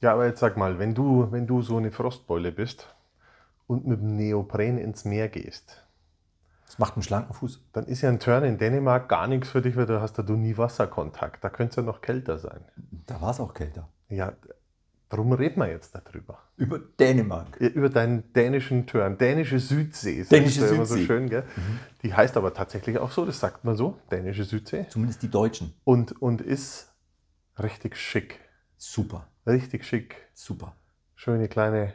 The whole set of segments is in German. Ja, aber jetzt sag mal, wenn du, wenn du so eine Frostbeule bist und mit dem Neopren ins Meer gehst, Das macht einen schlanken Fuß. dann ist ja ein Turn in Dänemark gar nichts für dich, weil du hast da du nie Wasserkontakt. Da könnte es ja noch kälter sein. Da war es auch kälter. Ja, darum reden wir jetzt darüber. Über Dänemark. Ja, Über deinen dänischen Turn, dänische Südsee. sagst Dänische du ja immer Südsee. Mhm. So schön, gell? Die heißt aber tatsächlich auch so, das sagt man so, dänische Südsee. Zumindest die Deutschen. Und, und ist richtig schick. Super, Richtig schick. super. schöne kleine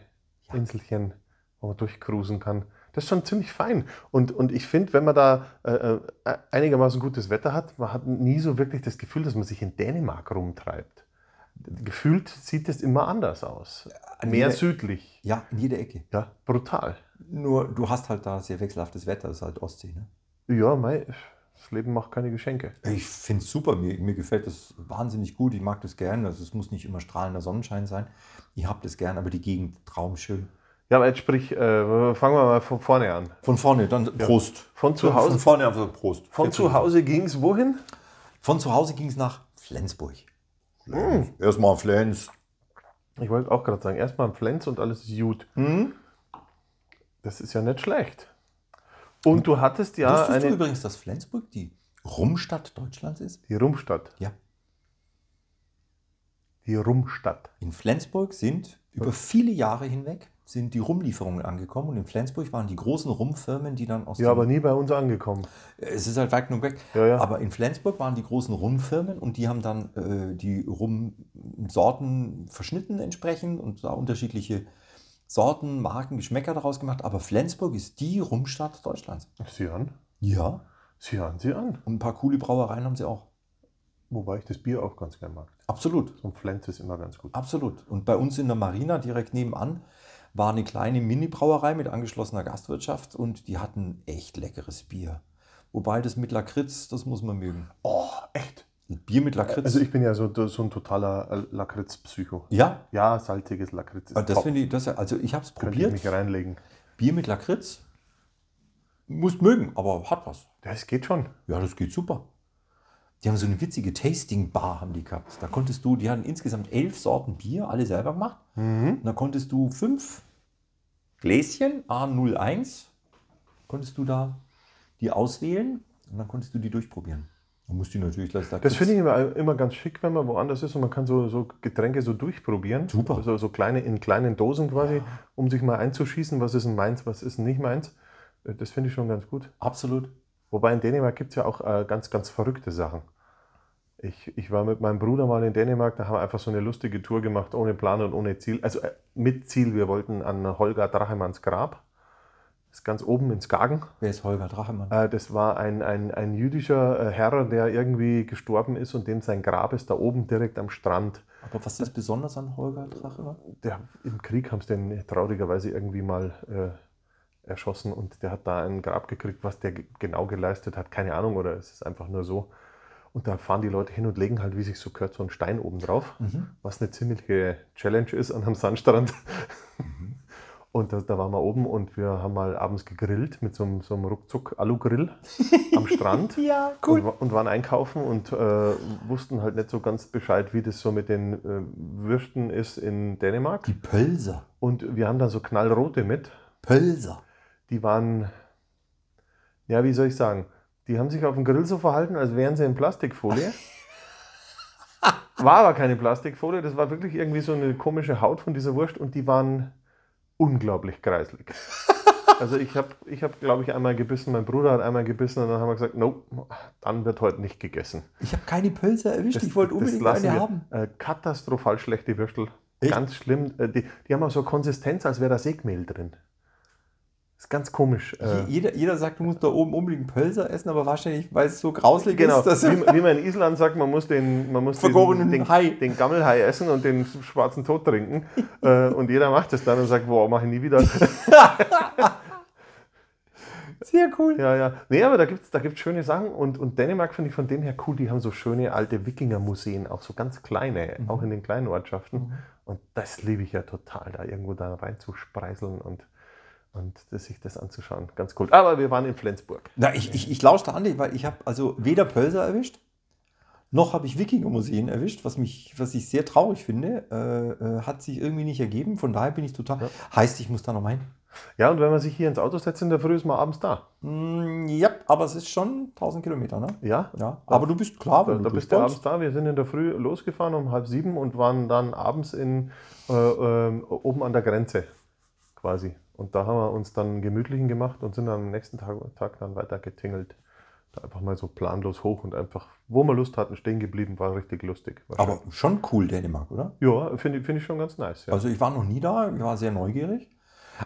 Inselchen, wo man durchcruisen kann. Das ist schon ziemlich fein. Und, und ich finde, wenn man da äh, äh, einigermaßen gutes Wetter hat, man hat nie so wirklich das Gefühl, dass man sich in Dänemark rumtreibt. Gefühlt sieht es immer anders aus. An Mehr jeder- südlich. Ja, in jeder Ecke. Ja, brutal. Nur du hast halt da sehr wechselhaftes Wetter, das ist halt Ostsee, ne? Ja, mei, das Leben macht keine Geschenke. Ich finde es super, mir, mir gefällt das wahnsinnig gut, ich mag das gern. Also es muss nicht immer strahlender Sonnenschein sein. Ich habe das gern, aber die Gegend traumschön. Ja, aber jetzt sprich, äh, fangen wir mal von vorne an. Von vorne, dann Prost. Von zu Von- Hause- Von vorne einfach Prost. Von Jetzt- zu Hause ging es wohin? Von zu Hause ging es nach Flensburg. Hm. Erstmal Flens. Ich wollte auch gerade sagen, erstmal ein Pflanz und alles ist gut. Das ist ja nicht schlecht. Und du hattest ja Wusstest du eine, übrigens, dass Flensburg die Rumstadt Deutschlands ist? die Rumstadt. Ja. Die Rumstadt. In Flensburg sind über viele Jahre hinweg sind die Rumlieferungen angekommen und in Flensburg waren die großen Rumfirmen, die dann aus Ja, dem- aber nie bei uns angekommen. Es ist halt weit genug weg. Ja, ja. Aber in Flensburg waren die großen Rumfirmen und die haben dann äh, die Rumsorten verschnitten entsprechend und da unterschiedliche Sorten, Marken, Geschmäcker daraus gemacht. Aber Flensburg ist die Rumstadt Deutschlands. Sieh an. Ja. Sieh an, sieh an. Und ein paar coole Brauereien haben sie auch. Wobei ich das Bier auch ganz gern mag. Absolut. So ein Pflanz ist immer ganz gut. Absolut. Und bei uns in der Marina direkt nebenan war eine kleine Mini-Brauerei mit angeschlossener Gastwirtschaft und die hatten echt leckeres Bier. Wobei das mit Lakritz, das muss man mögen. Oh, echt? Bier mit Lakritz. Also ich bin ja so, so ein totaler äh, Lakritz-Psycho. ja, Ja, salziges Lakritz ist aber Ah, das top. finde ich, das, also ich habe es Könnte ich probiert. mich reinlegen. Bier mit Lakritz, musst mögen, aber hat was. Das geht schon. Ja, das geht super. Die haben so eine witzige Tasting-Bar haben die gehabt. Da konntest du, die hatten insgesamt elf Sorten Bier, alle selber gemacht. Mhm. Und da konntest du fünf Gläschen A01, konntest du da die auswählen und dann konntest du die durchprobieren. Dann musst du die natürlich gleich da Das finde ich immer, immer ganz schick, wenn man woanders ist und man kann so, so Getränke so durchprobieren. Also Super. So, so kleine, in kleinen Dosen quasi, um sich mal einzuschießen, was ist denn meins, was ist denn nicht meins. Äh, Das finde ich schon ganz gut. Absolut. Wobei in Dänemark gibt es ja auch äh, ganz, ganz verrückte Sachen. Ich, ich war mit meinem Bruder mal in Dänemark, da haben wir einfach so eine lustige Tour gemacht, ohne Plan und ohne Ziel. Also äh, mit Ziel, wir wollten an Holger Drachemanns Grab. Das ist ganz oben in Skagen. Wer ist Holger Drachemann? Äh, Das war ein, ein, ein jüdischer äh, Herr, der irgendwie gestorben ist und dem sein Grab ist da oben direkt am Strand. Aber was ist besonders an Holger Drachemann? Der, Im Krieg haben sie den traurigerweise irgendwie mal äh, erschossen und der hat da ein Grab gekriegt, was der ge- genau geleistet hat, keine Ahnung, oder es ist einfach nur so. Und da fahren die Leute hin und legen halt, wie sich so gehört, so einen Stein oben drauf, Mhm. was eine ziemliche Challenge ist an einem Sandstrand. Und da, da waren wir oben und wir haben mal abends gegrillt mit so einem, so einem Ruckzuck-Alu-Grill am Strand. Ja, Und, wa- und waren einkaufen und äh, wussten halt nicht so ganz Bescheid, wie das so mit den äh, Würsten ist in Dänemark. Die Pölser. Und wir haben dann so knallrote mit. Pölser. Die waren, ja, wie soll ich sagen, die haben sich auf dem Grill so verhalten, als wären sie in Plastikfolie. War aber keine Plastikfolie, das war wirklich irgendwie so eine komische Haut von dieser Wurst und die waren unglaublich kreislig. Also ich habe, ich hab, glaube ich, einmal gebissen, mein Bruder hat einmal gebissen und dann haben wir gesagt, nope, dann wird heute nicht gegessen. Ich habe keine Pölser erwischt, ich wollte unbedingt lassen eine wir. haben. Äh, katastrophal schlechte Würstel. Echt? Ganz schlimm. Äh, die, die haben auch so eine Konsistenz, als wäre da Segmehl drin. Das ist ganz komisch. Je- Äh, Jeder, jeder sagt, du musst da oben unbedingt einen Pölser essen, aber wahrscheinlich, weil es so grauselig genau, ist, dass wie, wie man in Island sagt, man muss den, man muss Vergorenen den, Hai. den, den Gammelhai essen und den schwarzen Tod trinken. äh, und jeder macht das dann und sagt, wow, mache ich nie wieder. sehr cool. Ja, ja. Nee, aber da gibt es da gibt's schöne Sachen und, und Dänemark finde ich von dem her cool. Die haben so schöne alte Wikingermuseen, auch so ganz kleine, Mhm. auch in den kleinen Ortschaften. Mhm. Und das liebe ich ja total, da irgendwo da reinzuspreiseln und, und das, sich das anzuschauen. Ganz cool. Aber wir waren in Flensburg. Na, ich, ich, ich lauschte an, weil ich habe also weder Pölser erwischt, noch habe ich Wikinger-Museen erwischt, was, mich, was ich sehr traurig finde. Äh, äh, hat sich irgendwie nicht ergeben, von daher bin ich total. Ja. Heißt, ich muss da noch mal hin. Ja, und wenn man sich hier ins Auto setzt in der Früh, ist man abends da. Mm, ja, aber es ist schon 1000 Kilometer, ne? Ja, Ja, aber du bist klar, da, wenn da du bist du abends durchkommst. da. Wir sind in der Früh losgefahren um halb sieben und waren dann abends in, äh, ähm, oben an der Grenze quasi. Und da haben wir uns dann einen gemütlichen gemacht und sind dann am nächsten Tag, Tag dann weiter getingelt. Da einfach mal so planlos hoch und einfach, wo wir Lust hatten, stehen geblieben, war richtig lustig. War Aber schon cool, Dänemark, oder? schön. ja, finde ich- finde ich schon ganz nice. Ja. Also ich war noch nie da, ich war sehr neugierig.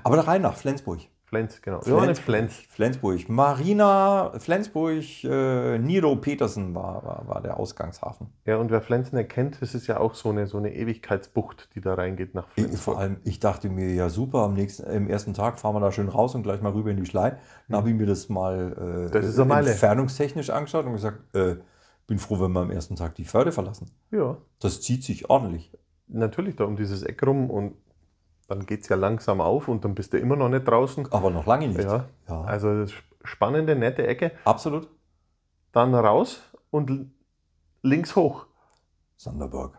Aber da rein nach Flensburg. Flens, genau. Wir waren in Flens. Flensburg. Marina Flensburg, äh, Niro Petersen war, war, war der Ausgangshafen. Ja, und wer Flensen erkennt, das ist ja auch so eine, so eine Ewigkeitsbucht, die da reingeht nach Ich, Flens. vor allem, ich dachte mir, ja super, am nächsten, im ersten Tag fahren wir da schön raus und gleich mal rüber in die Schlei. Dann habe ich mir das mal äh, Das ist eine Meile. entfernungstechnisch angeschaut und gesagt, äh, bin froh, wenn wir am ersten Tag die Förde verlassen. Ja. Das zieht sich ordentlich. natürlich da um dieses Eck rum und dann geht es ja langsam auf und dann bist du immer noch nicht draußen. Aber noch lange nicht. Ja, Ja, also das sp- spannende, nette Ecke. absolut. Dann raus und l- links hoch. Sanderberg.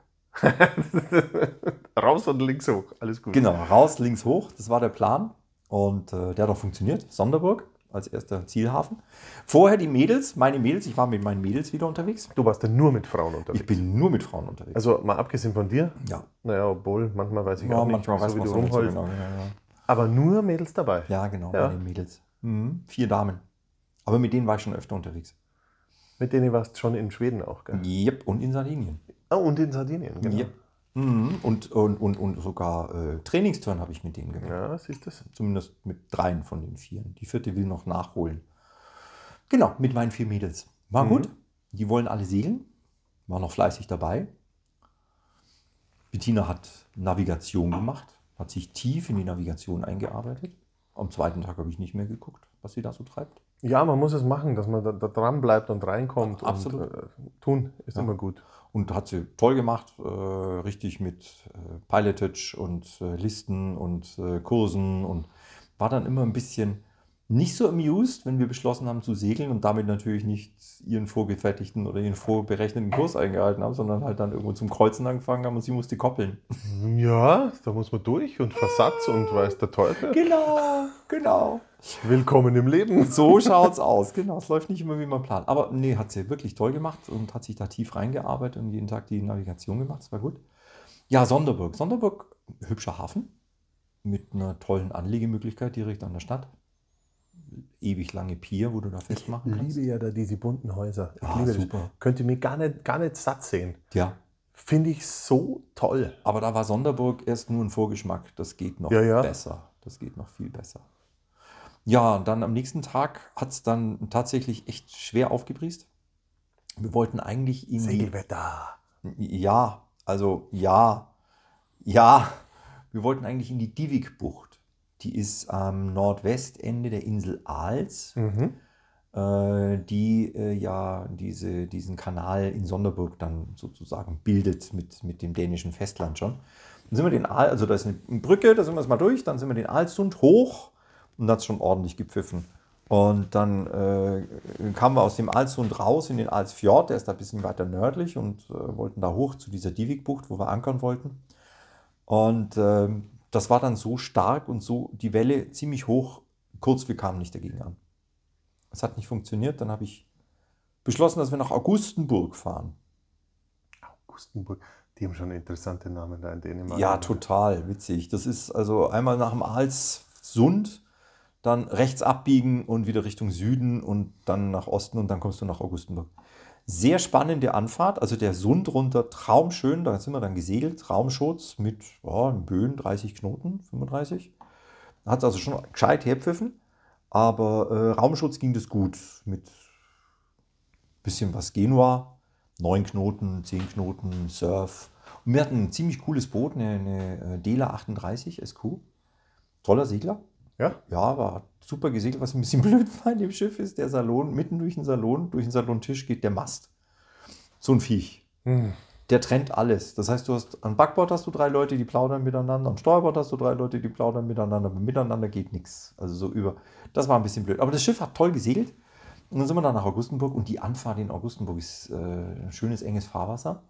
raus und links hoch. Alles gut. Genau, raus, links hoch, das war der Plan. Und äh, der hat auch funktioniert. Sonderburg als erster Zielhafen. Vorher die Mädels, meine Mädels, ich war mit meinen Mädels wieder unterwegs. Du warst dann nur mit Frauen unterwegs. Ich bin nur mit Frauen unterwegs. also mal abgesehen von dir, ja, naja, obwohl, manchmal weiß ich ja auch nicht, manchmal weiß wie man du es auch nicht so rumholst. genau. Ja, ja. Aber nur Mädels dabei. ja genau, Ja. bei den Mädels. Mhm. Vier Damen. Aber mit denen war ich schon öfter unterwegs. Mit denen warst du schon in Schweden auch, gell? Jep, und in Sardinien. Ah, und in Sardinien, genau. Jep. Mhm. Und, und, und, und sogar äh, Trainingsturn habe ich mit denen gemacht. Ja, siehst du das? Zumindest mit dreien von den vieren. Die vierte will noch nachholen. Genau, mit meinen vier Mädels. War Mhm. gut. Die wollen alle segeln. War noch fleißig dabei. Bettina hat Navigation gemacht, hat sich tief in die Navigation eingearbeitet. Am zweiten Tag habe ich nicht mehr geguckt, was sie da so treibt. Ja, man muss es machen, dass man da, da dran bleibt und reinkommt. Absolut. Und, äh, tun ist Ja. immer gut. Und hat sie toll gemacht, äh, richtig mit äh, Pilotage und äh, Listen und äh, Kursen und war dann immer ein bisschen nicht so amused, wenn wir beschlossen haben zu segeln und damit natürlich nicht ihren vorgefertigten oder ihren vorberechneten Kurs eingehalten haben, sondern halt dann irgendwo zum Kreuzen angefangen haben und sie musste koppeln. Ja, da muss man durch und Versatz und weiß der Teufel. Genau, genau. Willkommen im Leben. So schaut's aus, genau. Es läuft nicht immer wie man plant. Aber nee, hat sie wirklich toll gemacht und hat sich da tief reingearbeitet und jeden Tag die Navigation gemacht. Das war gut. Ja, Sonderburg. Sonderburg, hübscher Hafen mit einer tollen Anlegemöglichkeit direkt an der Stadt. Ewig lange Pier, wo du da festmachen kannst. ja da diese bunten Häuser. Ich Ah, liebe das. super. Könnt ihr mir gar nicht, gar nicht satt sehen. Ja, Finde ich so toll. aber da war Sonderburg erst nur ein Vorgeschmack. Das geht noch Ja, ja. besser. Das geht noch viel besser. Ja, und dann am nächsten Tag hat es dann tatsächlich echt schwer aufgepriest. Wir wollten eigentlich Mhm. in die- Segelwetter. Ja, also ja, ja. Wir wollten eigentlich in die Divik-Bucht. Die ist am Nordwestende der Insel Aals, Mhm. äh, die äh, ja diese, diesen Kanal in Sonderburg dann sozusagen bildet mit, mit dem dänischen Festland schon. Dann sind wir den Aal, also da ist eine Brücke, da sind wir es mal durch, dann sind wir den Aalsund hoch und da hat es schon ordentlich gepfiffen. Und dann äh, kamen wir aus dem Alsund raus in den Alsfjord, der ist da ein bisschen weiter nördlich und äh, wollten da hoch zu dieser Divik-Bucht, wo wir ankern wollten. Und ähm, das war dann so stark und so die Welle ziemlich hoch, kurz, wir kamen nicht dagegen an. Es hat nicht funktioniert, dann habe ich beschlossen, dass wir nach Augustenburg fahren. Augustenburg. Die haben schon interessante Namen da in Dänemark. Ja, total witzig. Das ist also einmal nach dem Alssund, dann rechts abbiegen und wieder Richtung Süden und dann nach Osten und dann kommst du nach Augustenburg. Sehr spannende Anfahrt, also der Sund runter, traumschön, da sind wir dann gesegelt, Traumschutz mit ja, Böen 30 Knoten, 35. Hat also schon gescheit herpfiffen. Aber äh, Raumschutz ging das gut mit bisschen was Genua, 9 Knoten, 10 Knoten, Surf. Und wir hatten ein ziemlich cooles Boot, eine, eine äh, Dela 38 SQ. Toller Segler. Ja? Ja, war super gesegelt. Was ein bisschen blöd war in dem Schiff ist, der Salon, mitten durch den Salon, durch den Salontisch geht der Mast. So ein Viech. Hm. Der trennt alles. Das heißt, du hast an Backbord hast du drei Leute, die plaudern miteinander, an Steuerbord hast du drei Leute, die plaudern miteinander, aber miteinander geht nichts. Also so über. Das war ein bisschen blöd. Aber das Schiff hat toll gesegelt. Und dann sind wir dann nach Augustenburg und die Anfahrt in Augustenburg ist äh, ein schönes, enges Fahrwasser.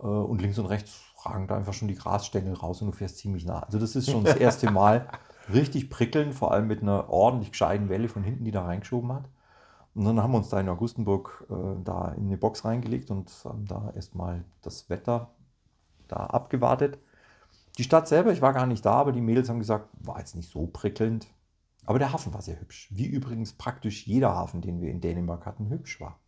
Äh, und links und rechts ragen da einfach schon die Grasstängel raus und du fährst ziemlich nah. Also das ist schon das erste Mal richtig prickeln, vor allem mit einer ordentlich gescheiten Welle von hinten, die da reingeschoben hat. Und dann haben wir uns da in Augustenburg äh, da in eine Box reingelegt und haben da erstmal das Wetter da abgewartet. Die Stadt selber, ich war gar nicht da, aber die Mädels haben gesagt, war jetzt nicht so prickelnd. Aber der Hafen war sehr hübsch. Wie übrigens praktisch jeder Hafen, den wir in Dänemark hatten, hübsch war.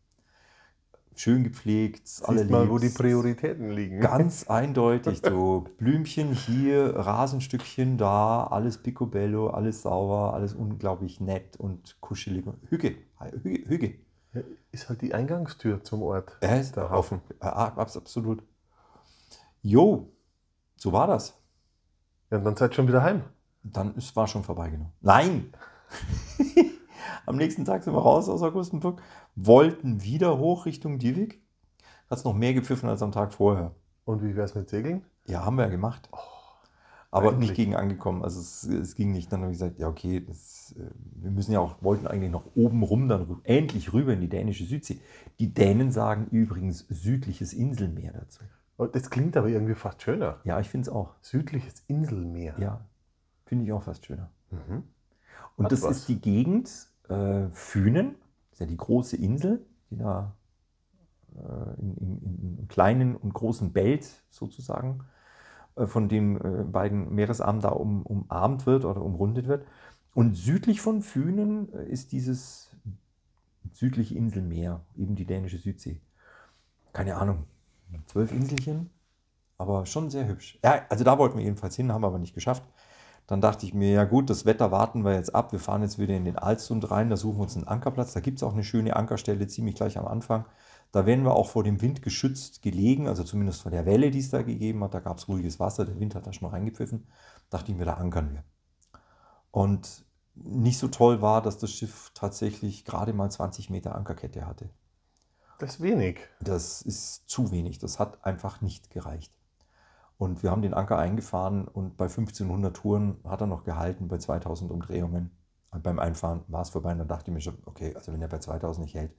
Schön gepflegt, alle Siehst mal, wo die lieb's. Prioritäten liegen. Ganz eindeutig. So Blümchen hier, Rasenstückchen da, alles picobello, alles sauber, alles unglaublich nett und kuschelig. Hüge, Hüge, Hüge. Ist halt die Eingangstür zum Ort. Er ist Der Hafen. Äh, abs- absolut. Jo, so war das. Ja, und dann seid ihr schon wieder heim. Dann ist, war schon vorbei, genau. Nein! Am nächsten Tag sind wir raus aus Augustenburg, wollten wieder hoch Richtung Diewig. Hat es noch mehr gepfiffen als am Tag vorher. Und wie wär's mit Segeln? Ja, haben wir ja gemacht. Oh. Aber endlich. nicht gegen angekommen. Also es, es ging nicht. Dann habe ich gesagt, ja, okay, das, äh, wir müssen ja auch, wollten eigentlich noch oben rum, dann rü- endlich rüber in die dänische Südsee. Die Dänen sagen übrigens südliches Inselmeer dazu. Oh, Das klingt aber irgendwie fast schöner. Ja, ich finde es auch. Südliches Inselmeer. Ja, finde ich auch fast schöner. Mhm. Und Hat das was. ist die Gegend äh, Fünen, ist ja die große Insel, die da äh, in, in, in im kleinen und großen Belt sozusagen äh, von den äh, beiden Meeresarmen da um, umarmt wird oder umrundet wird. Und südlich von Fünen äh, ist dieses südliche Inselmeer, eben die dänische Südsee. Keine Ahnung, zwölf Inselchen, aber schon sehr hübsch. Ja, also da wollten wir jedenfalls hin, haben wir aber nicht geschafft. Dann dachte ich mir, ja gut, das Wetter warten wir jetzt ab. Wir fahren jetzt wieder in den Alsund rein, da suchen wir uns einen Ankerplatz. Da gibt es auch eine schöne Ankerstelle, ziemlich gleich am Anfang. Da wären wir auch vor dem Wind geschützt gelegen, also zumindest vor der Welle, die es da gegeben hat. Da gab es ruhiges Wasser, der Wind hat da schon reingepfiffen. Dachte ich mir, da ankern wir. Und nicht so toll war, dass das Schiff tatsächlich gerade mal 20 Meter Ankerkette hatte. Das ist wenig. Das ist zu wenig. Das hat einfach nicht gereicht. Und wir haben den Anker eingefahren und bei 1500 Touren hat er noch gehalten, bei 2000 Umdrehungen. Und beim Einfahren war es vorbei und dann dachte ich mir schon, okay, also wenn er bei 2000 nicht hält,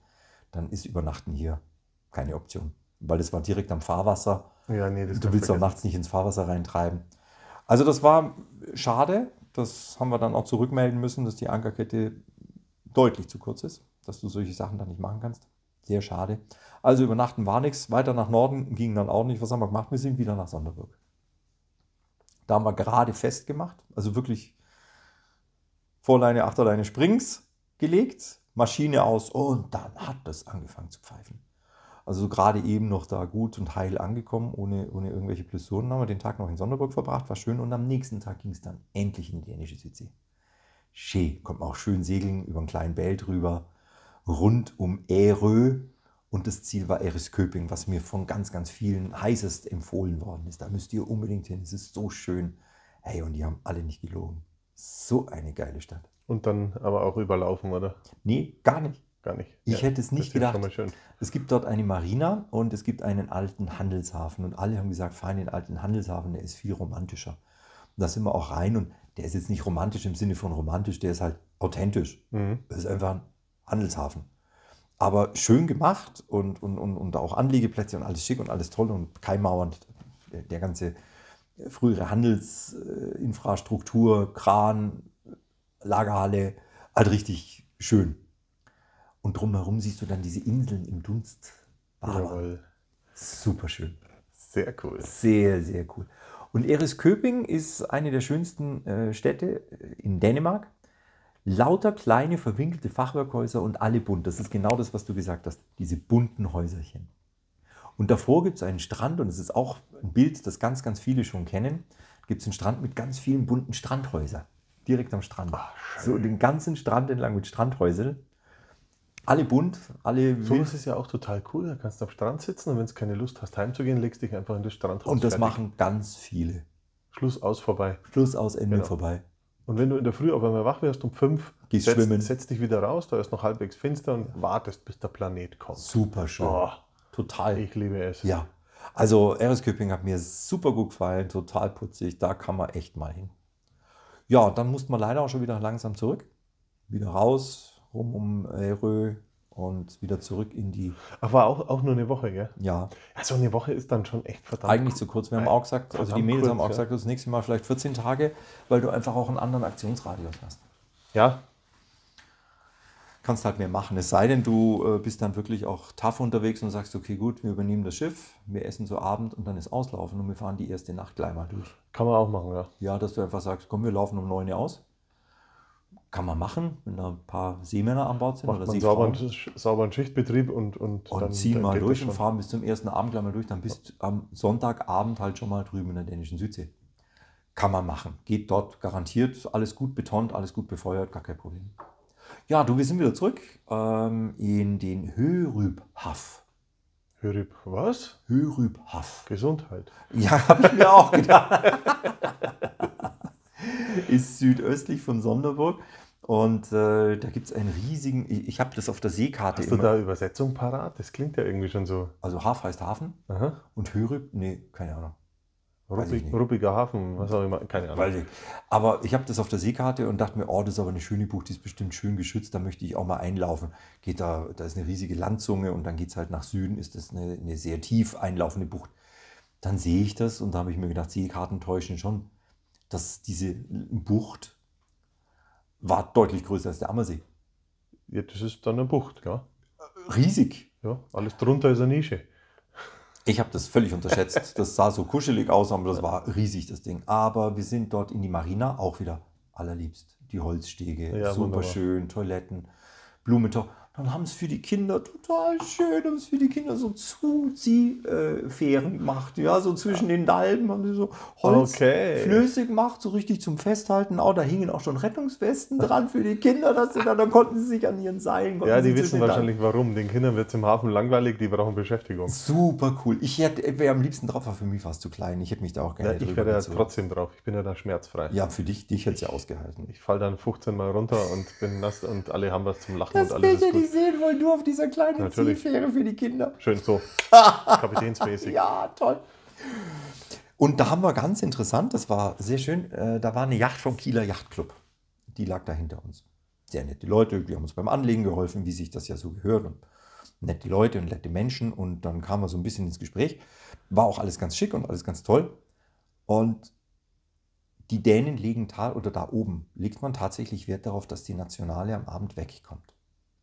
dann ist Übernachten hier keine Option. Weil es war direkt am Fahrwasser Ja, nee, das du willst doch vergessen. nachts nicht ins Fahrwasser reintreiben. Also das war schade. Das haben wir dann auch zurückmelden müssen, dass die Ankerkette deutlich zu kurz ist, dass du solche Sachen dann nicht machen kannst. Sehr schade. Also übernachten war nichts. Weiter nach Norden ging dann auch nicht. Was haben wir gemacht? Wir sind wieder nach Sonderburg. Da haben wir gerade festgemacht. Also wirklich Vorleine, Achterleine, Springs gelegt, Maschine aus und dann hat das angefangen zu pfeifen. Also so gerade eben noch da gut und heil angekommen, ohne, ohne irgendwelche Blessuren. Haben wir den Tag noch in Sonderburg verbracht, war schön. Und am nächsten Tag ging es dann endlich in die dänische Südsee. Schön, konnte man auch schön segeln über einen kleinen Belt rüber, rund um Ärö. Und das Ziel war Eresköping, was mir von ganz, ganz vielen heißest empfohlen worden ist. Da müsst ihr unbedingt hin, es ist so schön. Hey, und die haben alle nicht gelogen. So eine geile Stadt. Und dann aber auch überlaufen, oder? Nee, gar nicht. Gar nicht. Ich hätte es das nicht ist ja gedacht. Schon mal schön. Es gibt dort eine Marina und es gibt einen alten Handelshafen. Und alle haben gesagt, fahr in den alten Handelshafen, der ist viel romantischer. Und da sind wir auch rein und der ist jetzt nicht romantisch im Sinne von romantisch, der ist halt authentisch. Mhm. Das ist einfach ein Handelshafen. Aber schön gemacht und, und, und, und auch Anliegeplätze und alles schick und alles toll und Keimauern, der ganze frühere Handelsinfrastruktur, Kran, Lagerhalle, halt richtig schön. Und drumherum siehst du dann diese Inseln im Dunst. Aber Jawohl. super schön. Sehr cool. Sehr, sehr cool. Und Eresköping ist eine der schönsten äh, Städte in Dänemark. Lauter kleine verwinkelte Fachwerkhäuser und alle bunt. Das ist genau das, was du gesagt hast. Diese bunten Häuserchen. Und davor gibt es einen Strand und es ist auch ein Bild, das ganz, ganz viele schon kennen. Gibt es einen Strand mit ganz vielen bunten Strandhäusern. direkt am Strand. Ah, so den ganzen Strand entlang mit Strandhäuseln. Alle bunt, alle So wild. ist ja auch total cool. Da kannst du am Strand sitzen und wenn du keine Lust hast, heimzugehen, legst dich einfach in das Strandhaus. Und das fertig. machen ganz viele. Schluss aus vorbei. Schluss aus Ende Genau. vorbei. Und wenn du in der Früh auf einmal wach wirst um fünf, Gehst setzt, schwimmen. setzt dich wieder raus, da ist noch halbwegs finster und wartest, bis der Planet kommt. Super schön. Oh, Total. ich liebe es. Ja. Also Eresköping hat mir super gut gefallen, total putzig, da kann man echt mal hin. Ja, dann musste man leider auch schon wieder langsam zurück. Wieder raus, rum um Erö und wieder zurück in die, Aber auch, auch nur eine Woche, gell? ja, Ja, so eine Woche ist dann schon echt verdammt. eigentlich zu kurz. Wir haben auch gesagt, also die Verdammt Mädels kurz, haben auch ja. gesagt, das nächste Mal vielleicht 14 Tage, weil du einfach auch einen anderen Aktionsradius hast. Ja, kannst halt mehr machen. Es sei denn, du äh, bist dann wirklich auch tough unterwegs und sagst, okay, gut, wir übernehmen das Schiff, wir essen so Abend und dann ist Auslaufen und wir fahren die erste Nacht gleich mal durch. kann man auch machen, ja. Ja, dass du einfach sagst, komm, wir laufen um 9 Uhr aus. Kann man machen, wenn da ein paar Seemänner an Bord sind Macht oder man sauberen, Seefrauen. Sch- sauberen Schichtbetrieb und, und, Und ziehen mal geht das durch und schon. fahren bis zum ersten Abend gleich mal durch. Dann bist du am Sonntagabend halt schon mal drüben in der dänischen Südsee. Kann man machen. Geht dort garantiert. Alles gut betont, alles gut befeuert, gar kein Problem. Ja, du, wir sind wieder zurück ähm, in den Hörübhaff. Hörib, was? Hörübhaff. Gesundheit. Ja, habe ich mir auch gedacht. ist südöstlich von Sonderburg. Und äh, da gibt es einen riesigen, ich, ich habe das auf der Seekarte Hast du immer. da Übersetzung parat? Das klingt ja irgendwie schon so. also Haf heißt Hafen Aha. und Hörüb, nee, keine Ahnung. Weiß ich Ruppig, nicht. ruppiger Hafen, was auch immer. Keine Ahnung. Weiß ich. Aber ich habe das auf der Seekarte und dachte mir, oh, das ist aber eine schöne Bucht, die ist bestimmt schön geschützt, da möchte ich auch mal einlaufen. Geht da, da ist eine riesige Landzunge und dann geht es halt nach Süden, ist das eine, eine sehr tief einlaufende Bucht. Dann sehe ich das und da habe ich mir gedacht, Seekarten täuschen schon, dass diese Bucht war deutlich größer als der Ammersee. ja, das ist dann eine Bucht, ja. Riesig. ja. Alles drunter ist eine Nische. Ich habe das völlig unterschätzt. Das sah so kuschelig aus, aber das war riesig, das Ding. Aber wir sind dort in die Marina auch wieder allerliebst. Die Holzstege, Ja, super wunderbar. schön, Toiletten, Blumentopf. Dann haben es für die Kinder total schön, haben es für die Kinder so Zuziehfähren gemacht. Ja, so zwischen den Dalben haben sie so Holz. Okay. Flöße gemacht, so richtig zum Festhalten. Auch da hingen auch schon Rettungswesten dran für die Kinder, dass sie dann, dann konnten sie sich an ihren Seilen. konnten Ja, sie die zwischen wissen den Dalben- wahrscheinlich warum. Den Kindern wird es im Hafen langweilig, die brauchen Beschäftigung. Super cool. Ich hätte, wäre am liebsten drauf, aber für mich war es zu klein. Ich hätte mich da auch Ja, gerne ich drüber werde ja gezogen. trotzdem drauf. Ich bin ja da schmerzfrei. Ja, für dich, dich hätte es ja ausgehalten. Ich falle dann 15 Mal runter und bin nass und alle haben was zum Lachen Das und alles Bild ist hätte ich gut. sehen wollen, nur auf dieser kleinen Natürlich. Zielfähre für die Kinder. Schön so. Kapitänsmäßig. Ja, toll. Und da haben wir ganz interessant, das war sehr schön, äh, da war eine Yacht vom Kieler Yachtclub. Die lag da hinter uns. Sehr nette Leute, die haben uns beim Anlegen geholfen, wie sich das ja so gehört. Und nette Leute und nette Menschen. Und dann kamen wir so ein bisschen ins Gespräch. War auch alles ganz schick und alles ganz toll. Und die Dänen legen ta- oder da oben legt man tatsächlich Wert darauf, dass die Nationale am Abend wegkommt.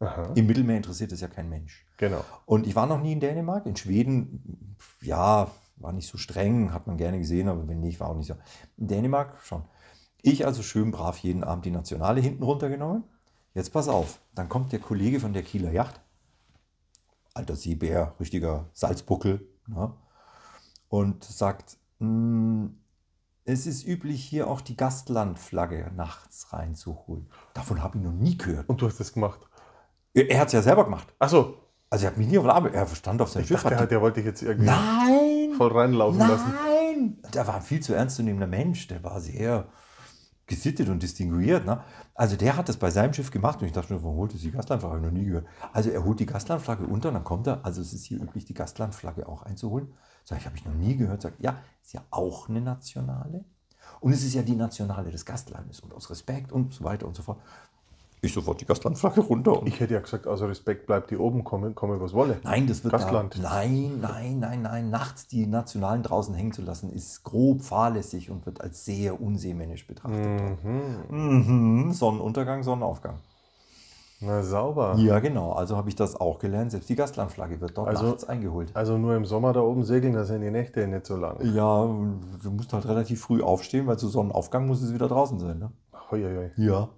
Aha, Im Mittelmeer interessiert es ja kein Mensch. genau. Und ich war noch nie in Dänemark. In Schweden, ja, war nicht so streng, hat man gerne gesehen, aber wenn nicht, war auch nicht so. In Dänemark schon. Ich also schön brav jeden Abend die Nationale hinten runtergenommen. Jetzt pass auf, dann kommt der Kollege von der Kieler Yacht. Alter Seebär, richtiger Salzbuckel. Ne? Und sagt, "Mm, es ist üblich, hier auch die Gastlandflagge nachts reinzuholen. Davon habe ich noch nie gehört. Und du hast das gemacht. Er hat es ja selber gemacht. Achso, Also er hat mich nie auf den Arm. Er stand auf seinem ich Schiff. dachte hat die- halt, der wollte ich jetzt irgendwie Nein! voll reinlaufen lassen. Nein! Der war ein viel zu ernstzunehmender Mensch. Der war sehr gesittet und distinguiert. Ne? Also der hat das bei seinem Schiff gemacht und ich dachte mir, warum holt er die Gastlandflagge? Hab ich noch nie gehört. Also er holt die Gastlandflagge unter und dann kommt er. Also es ist hier üblich, die Gastlandflagge auch einzuholen. Sag ich, habe ich noch nie gehört. Sagt, ja, ist ja auch eine nationale. Und es ist ja die nationale des Gastlandes und aus Respekt und so weiter und so fort. Ich sofort die Gastlandflagge runter und Ich hätte ja gesagt, außer Respekt bleibt die oben, komme, komme was wolle. Nein, das wird Gastland. Da, nein, nein, nein, nein. Nachts die Nationalen draußen hängen zu lassen, ist grob fahrlässig und wird als sehr unseemännisch betrachtet. Mhm. Mhm. Sonnenuntergang, Sonnenaufgang. Na sauber. Ja, genau. Also habe ich das auch gelernt. Selbst die Gastlandflagge wird dort Also- nachts eingeholt. Also nur im Sommer da oben segeln, da sind die Nächte nicht so lang. Ja, du musst halt relativ früh aufstehen, weil zu Sonnenaufgang muss es wieder draußen sein. Ne? Hoi, hoi, hoi. Ja.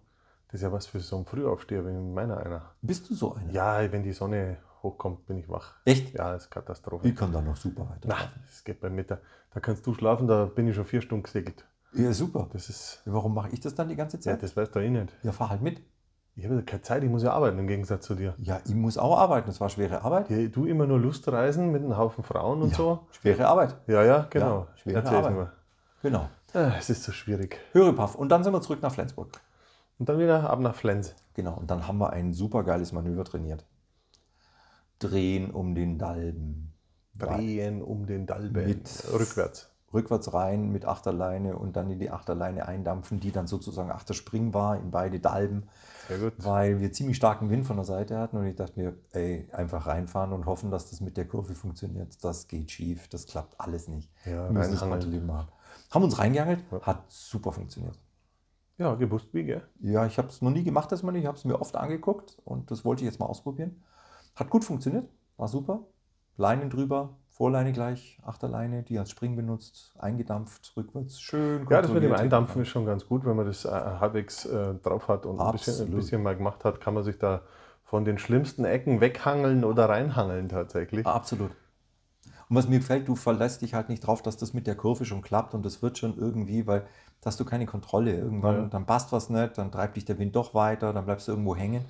Das ist ja was für so ein Frühaufsteher, wenn meiner einer. Bist du so einer? Ja, wenn die Sonne hochkommt, bin ich wach. Echt? Ja, ist Katastrophe. Ich kann da noch super weiter. Na, es geht bei Mittag. Da kannst du schlafen, da bin ich schon vier Stunden gesegelt. Ja, super. Das ist. Warum mache ich das dann die ganze Ja, Zeit? das weißt du eh nicht. Ja, fahr halt mit. Ich habe ja keine Zeit, ich muss ja arbeiten im Gegensatz zu dir. Ja, ich muss auch arbeiten. Das war schwere Arbeit. Ja, Du immer nur Lustreisen mit einem Haufen Frauen und Ja. so. Schwere Arbeit. Ja, ja, genau. Ja, schwere Erzähl's Arbeit. mir. Genau. Ah, Es ist so schwierig. Hörepaff. Und dann sind wir zurück nach Flensburg. Und dann wieder ab nach Flens. Genau. Und dann haben wir ein super geiles Manöver trainiert. Drehen um den Dalben. Drehen um den Dalben. Mit- Rückwärts. Rückwärts rein mit Achterleine und dann in die Achterleine eindampfen, die dann sozusagen Achterspringen war in beide Dalben, Sehr gut. weil wir ziemlich starken Wind von der Seite hatten und ich dachte mir, ey, einfach reinfahren und hoffen, dass das mit der Kurve funktioniert. Das geht schief, das klappt alles nicht. Ja, Wir müssen das reinhangeln. Handelleben haben. Haben uns reingehangelt, halt Ja. hat super funktioniert. Ja, gewusst wie, gell? Ja, ich habe es noch nie gemacht, das Manöver. Ich habe es mir oft angeguckt und das wollte ich jetzt mal ausprobieren. Hat gut funktioniert, war super. Leinen drüber, Vorleine gleich, Achterleine, die als Spring benutzt, eingedampft, rückwärts, schön. Ja, das mit dem kontrolliert. Eindampfen ist schon ganz gut, wenn man das äh, halbwegs äh, drauf hat und ein bisschen, ein Absolut. bisschen mal gemacht hat, kann man sich da von den schlimmsten Ecken weghangeln oder reinhangeln tatsächlich. Ah, Absolut. Und was mir gefällt, du verlässt dich halt nicht drauf, dass das mit der Kurve schon klappt und das wird schon irgendwie, weil da hast du keine Kontrolle. Irgendwann, Ja. dann passt was nicht, dann treibt dich der Wind doch weiter, dann bleibst du irgendwo hängen.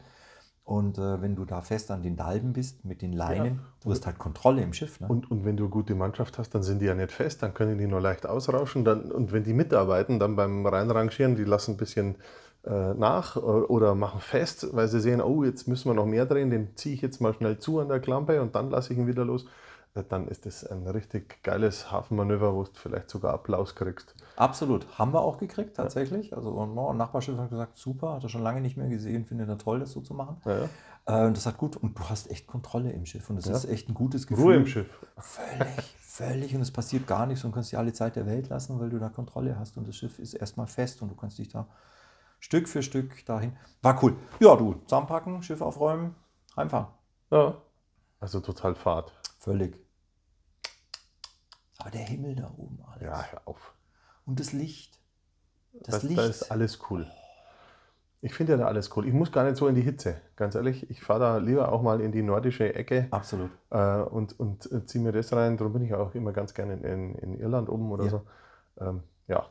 Und äh, wenn du da fest an den Dalben bist, mit den Leinen, du hast halt Kontrolle im Schiff. Ne? Und, und wenn du eine gute Mannschaft hast, dann sind die ja nicht fest, dann können die nur leicht ausrauschen. Dann, und wenn die mitarbeiten, dann beim Reinrangieren, die lassen ein bisschen äh, nach äh, oder machen fest, weil sie sehen, oh, jetzt müssen wir noch mehr drehen, den ziehe ich jetzt mal schnell zu an der Klampe und dann lasse ich ihn wieder los. Äh, Dann ist das ein richtig geiles Hafenmanöver, wo du vielleicht sogar Applaus kriegst. Absolut. Haben wir auch gekriegt, tatsächlich. Also und ein Nachbarschiff hat gesagt, super, hat er schon lange nicht mehr gesehen, findet er toll, das so zu machen. Ja, ja. Äh, das hat gut, und du hast echt Kontrolle im Schiff. Und das Ja. ist echt ein gutes Gefühl. Ruhe im Schiff. Völlig, völlig. Und es passiert gar nichts und kannst dir alle Zeit der Welt lassen, weil du da Kontrolle hast. Und das Schiff ist erstmal fest und du kannst dich da Stück für Stück dahin. War cool. Ja, du, zusammenpacken, Schiff aufräumen, heimfahren. Ja. Also total fad. Völlig. Aber der Himmel da oben, Alex. Ja, hör auf. Und das Licht. Das Das da, Licht. da ist alles cool. Ich finde ja da alles cool. Ich muss gar nicht so in die Hitze. Ganz ehrlich, ich fahre da lieber auch mal in die nordische Ecke Absolut. äh, und, und ziehe mir das rein. Darum bin ich auch immer ganz gerne in, in, in Irland oben oder Ja. so. Ähm, ja,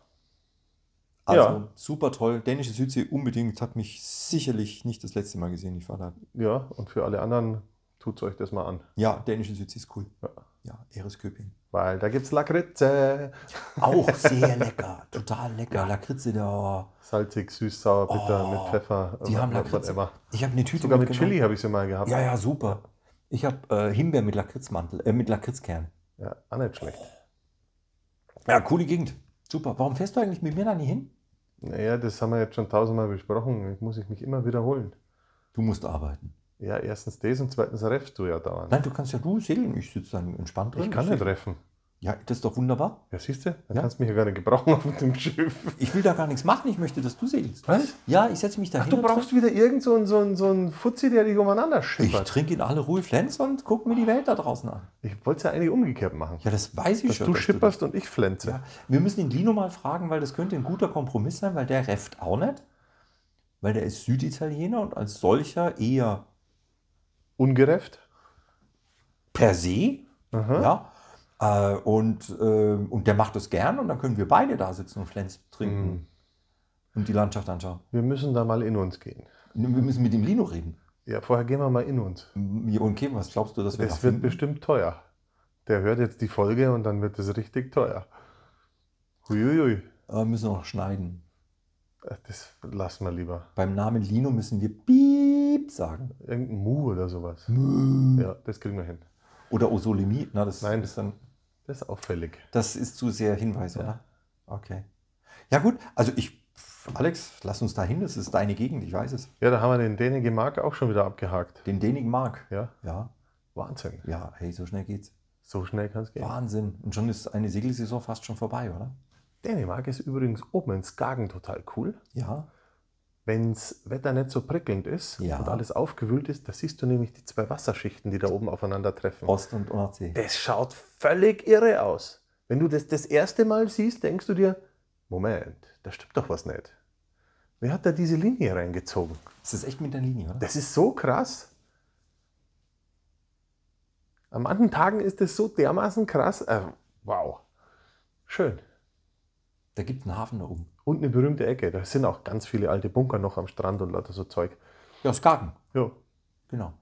Also Ja. super toll. Dänische Südsee unbedingt. Hat mich sicherlich nicht das letzte Mal gesehen. Ich war da. ja, und für alle anderen tut euch das mal an. Ja, dänische Südsee ist cool. Ja. Ja, Eresköping. Weil da gibt es Lakritze. Auch sehr lecker. Total lecker. Lakritze da. Salzig, süß, sauer, bitter, Oh, mit Pfeffer. die haben wa- Lakritze. whatever. Ich habe eine Tüte Sogar mit mitgenommen. Chili habe ich sie mal gehabt. Ja, ja, super. Ich habe äh, Himbeer mit Lakritzmantel, äh, mit Lakritzkern. ja. Auch nicht schlecht. Ja, coole Gegend. Super. Warum fährst du eigentlich mit mir da nie hin? Naja, das haben wir jetzt schon tausendmal besprochen. Das muss ich mich immer wiederholen. Du musst arbeiten. Ja, erstens das und zweitens reffst du ja dauernd. Nein, du kannst ja du segeln. Ich sitze dann entspannt drin. ich kann nicht sitz- reffen. Ja, das ist doch wunderbar. Ja, siehst du? Dann Ja. kannst du mich ja gar nicht gebrauchen auf dem Schiff. Ich will da gar nichts machen. Ich möchte, dass du segelst. Was? Ja, ich setze mich da Ach, hin. du und brauchst wieder irgend so einen, so einen, so einen Fuzzi, der dich umeinander Ich schippert. trinke in aller Ruhe Flens und gucke mir die Welt da draußen an. Ich, wollte es ja eigentlich umgekehrt machen. Ja, das weiß ich dass schon. du dass schipperst und ich flänze. das- Ja. Wir müssen den Lino mal fragen, weil das könnte ein guter Kompromiss sein, weil der refft auch nicht. Weil der ist Süditaliener und als solcher eher Ungerefft? per se. Aha. Ja. Äh, und, ähm, und der macht das gern und dann können wir beide da sitzen und Flens trinken Hm. und die Landschaft anschauen. Wir müssen da mal in uns gehen. Wir müssen mit dem Lino reden. Ja, vorher gehen wir mal in uns. Ja, Okay, was glaubst du, dass wir Das da wird finden? bestimmt teuer. Der hört jetzt die Folge und dann wird es richtig teuer. Huiuiui. äh, müssen wir noch schneiden? Äh, Das lassen wir lieber. Beim Namen Lino müssen wir Piep sagen. Irgendein Mu oder sowas. Mö. Ja, das kriegen wir hin. Oder Osolemi. Na, das Nein. ist dann. Das ist auffällig. Das ist zu sehr Hinweis, Ja. oder? Okay. Ja, gut. Also ich. Alex, lass uns da hin. Das ist deine Gegend. Ich weiß es. Ja, da haben wir den Dänigen Mark auch schon wieder abgehakt. Den Dänigen mag. Ja, Ja. Wahnsinn. Ja, hey, so schnell geht's. So schnell kann es gehen. Wahnsinn. Und schon ist eine Segelsaison fast schon vorbei, oder? Dänemark ist übrigens oben in Skagen total cool. Ja. Wenn das Wetter nicht so prickelnd ist Ja. und alles aufgewühlt ist, da siehst du nämlich die zwei Wasserschichten, die da oben aufeinandertreffen. Ost- und Nordsee. Das schaut völlig irre aus. Wenn du das das erste Mal siehst, denkst du dir, Moment, da stimmt doch was nicht. Wer hat da diese Linie reingezogen? Das ist echt mit der Linie, oder? Das ist so krass. An manchen Tagen ist es so dermaßen krass. Äh, wow. Schön. Da gibt es einen Hafen da oben. Und eine berühmte Ecke. Da sind auch ganz viele alte Bunker noch am Strand und lauter so Zeug. Ja, Skagen. Ja. Genau.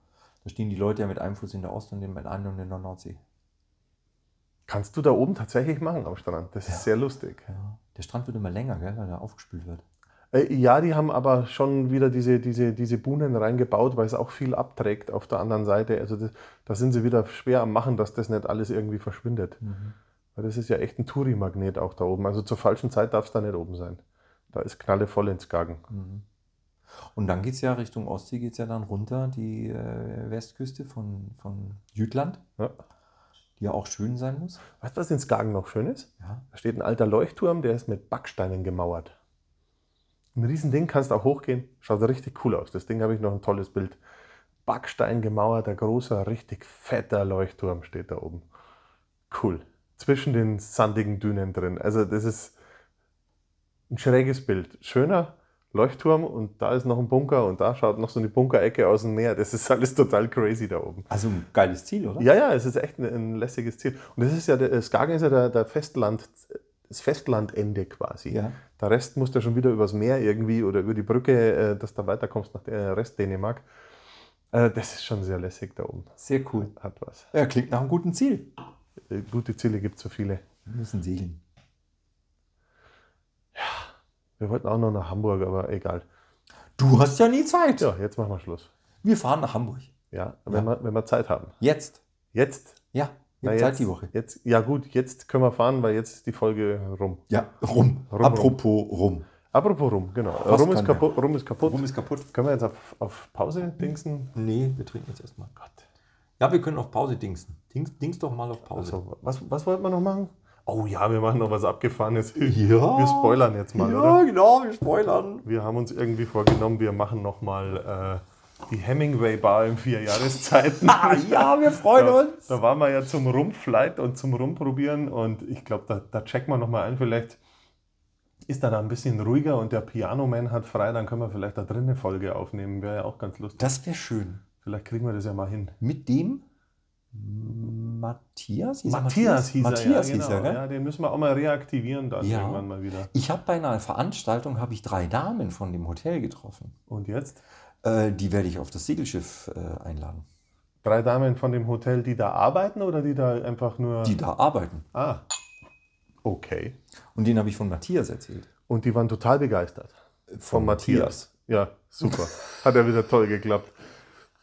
Da stehen die Leute ja mit einem Fuß in der Ost- und dem mit einem in der Nordsee. Kannst du da oben tatsächlich machen am Strand. Das Ja. ist sehr lustig. Ja. Der Strand wird immer länger, gell, weil er aufgespült wird. Äh, ja, die haben aber schon wieder diese, diese, diese Buhnen reingebaut, weil es auch viel abträgt auf der anderen Seite. Also das, da sind sie wieder schwer am Machen, dass das nicht alles irgendwie verschwindet. Weil das ist ja echt ein Touri-Magnet auch da oben. Also zur falschen Zeit darf es da nicht oben sein. Da ist Knalle voll ins Gagen. Mhm. Und dann geht es ja Richtung Ostsee, geht es ja dann runter, die äh, Westküste von, von Jütland, Ja. die ja auch schön sein muss. Weißt du, was in Skagen noch schön ist? Ja. Da steht ein alter Leuchtturm, der ist mit Backsteinen gemauert. Ein Riesending, kannst auch hochgehen. Schaut richtig cool aus. Das Ding habe ich noch ein tolles Bild. Backstein gemauerter, großer, richtig fetter Leuchtturm steht da oben. Cool. Zwischen den sandigen Dünen drin. Also das ist ein schräges Bild. Schöner Leuchtturm und da ist noch ein Bunker und da schaut noch so eine Bunkerecke aus dem Meer. Das ist alles total crazy da oben. Also ein geiles Ziel, oder? Ja, ja, es ist echt ein, ein lässiges Ziel. Und das ist ja, der, Skagen ist ja der, der Festland, das Festlandende quasi. Ja. Der Rest musst du schon wieder übers Meer irgendwie oder über die Brücke, äh, dass du weiterkommst nach der Rest Dänemark. Äh, Das ist schon sehr lässig da oben. Sehr cool. Hat was. Ja, klingt nach einem guten Ziel. Äh, Gute Ziele gibt es so viele. Wir müssen segeln. Wir wollten auch noch nach Hamburg, aber egal. Du hast ja nie Zeit. Ja, jetzt machen wir Schluss. Wir fahren nach Hamburg. Ja, wenn, Wir, wenn wir Zeit haben. Jetzt. Jetzt? Ja, wir Na, haben jetzt, Zeit die Woche. Jetzt, ja gut, jetzt können wir fahren, weil jetzt ist die Folge rum. Ja, rum. Rum, Apropos rum. Apropos rum, genau. Was Rum ist, kann der? kaputt, rum ist kaputt. ist kaputt. Können wir jetzt auf, auf Pause dingsen? Nee, wir trinken jetzt erstmal. Gott. Ja, wir können auf Pause dingsen. Dings, dings doch mal auf Pause. Also, was, was wollten wir noch machen? Oh ja, wir machen noch was Abgefahrenes. Wir spoilern jetzt mal, Oh. ja, oder? genau, wir spoilern. Wir haben uns irgendwie vorgenommen, wir machen nochmal äh, die Hemingway Bar in vier Jahreszeiten. Ah, ja, wir freuen da, uns. da waren wir ja zum Rumflight und zum Rumprobieren und ich glaube, da, da checken wir nochmal ein. Vielleicht ist da da ein bisschen ruhiger und der Pianoman hat frei, dann können wir vielleicht da drin eine Folge aufnehmen. Wäre ja auch ganz lustig. Das wäre schön. Vielleicht kriegen wir das ja mal hin. Mit dem Matthias? Hieß er Matthias hieß er. Matthias ja, hieß genau. er, gell? ja, den müssen wir auch mal reaktivieren dann Ja. irgendwann mal wieder. Ich habe bei einer Veranstaltung habe ich drei Damen von dem Hotel getroffen. Und jetzt? Äh, die werde ich auf das Segelschiff äh, einladen, Drei Damen von dem Hotel, die da arbeiten oder die da einfach nur. die da arbeiten. Ah. Okay. Und den habe ich von Matthias erzählt. Und die waren total begeistert. Von, Ja, super. Hat ja wieder toll geklappt.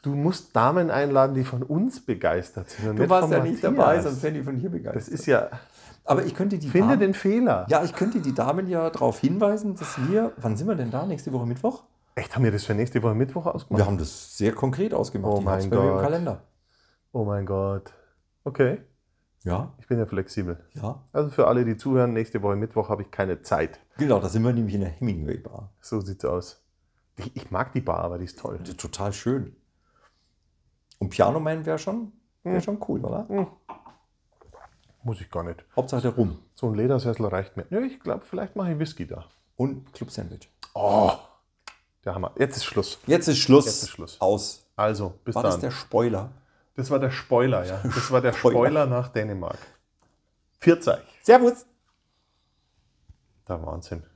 Du musst Damen einladen, die von uns begeistert sind. und Du nicht warst von ja nicht Matthias. dabei, sonst wären die von hier Das begeistert. ist ja. Aber ich könnte die Finde Damen- den Fehler. ja, ich könnte die Damen ja darauf hinweisen, dass wir, wann sind wir denn da? Nächste Woche Mittwoch? Echt, haben wir das für nächste Woche Mittwoch ausgemacht? Wir haben das sehr konkret ausgemacht. Oh Ich hab's mein bei mir im Gott. Kalender. Oh mein Gott. Okay, Ja, ich bin ja flexibel. ja. Also für alle, die zuhören, nächste Woche Mittwoch habe ich keine Zeit. Genau, da sind wir nämlich in der Hemingway Bar. So sieht's aus. Ich, ich mag die Bar, aber die ist toll. Total schön. Und Pianoman wäre schon, wär Hm. schon cool, oder? Muss ich gar nicht. Hauptsache der Rum. So ein Ledersessel reicht mir. Nö, ich glaube, vielleicht mache ich Whisky da. Und Club Sandwich. Oh, der Hammer. Jetzt ist Schluss. Jetzt ist Schluss. Jetzt ist Schluss. Aus. Also, bis War das dann. der Spoiler? das war der Spoiler, ja. Das war der Spoiler. Spoiler nach Dänemark. Vierzeig. Servus! Der Wahnsinn.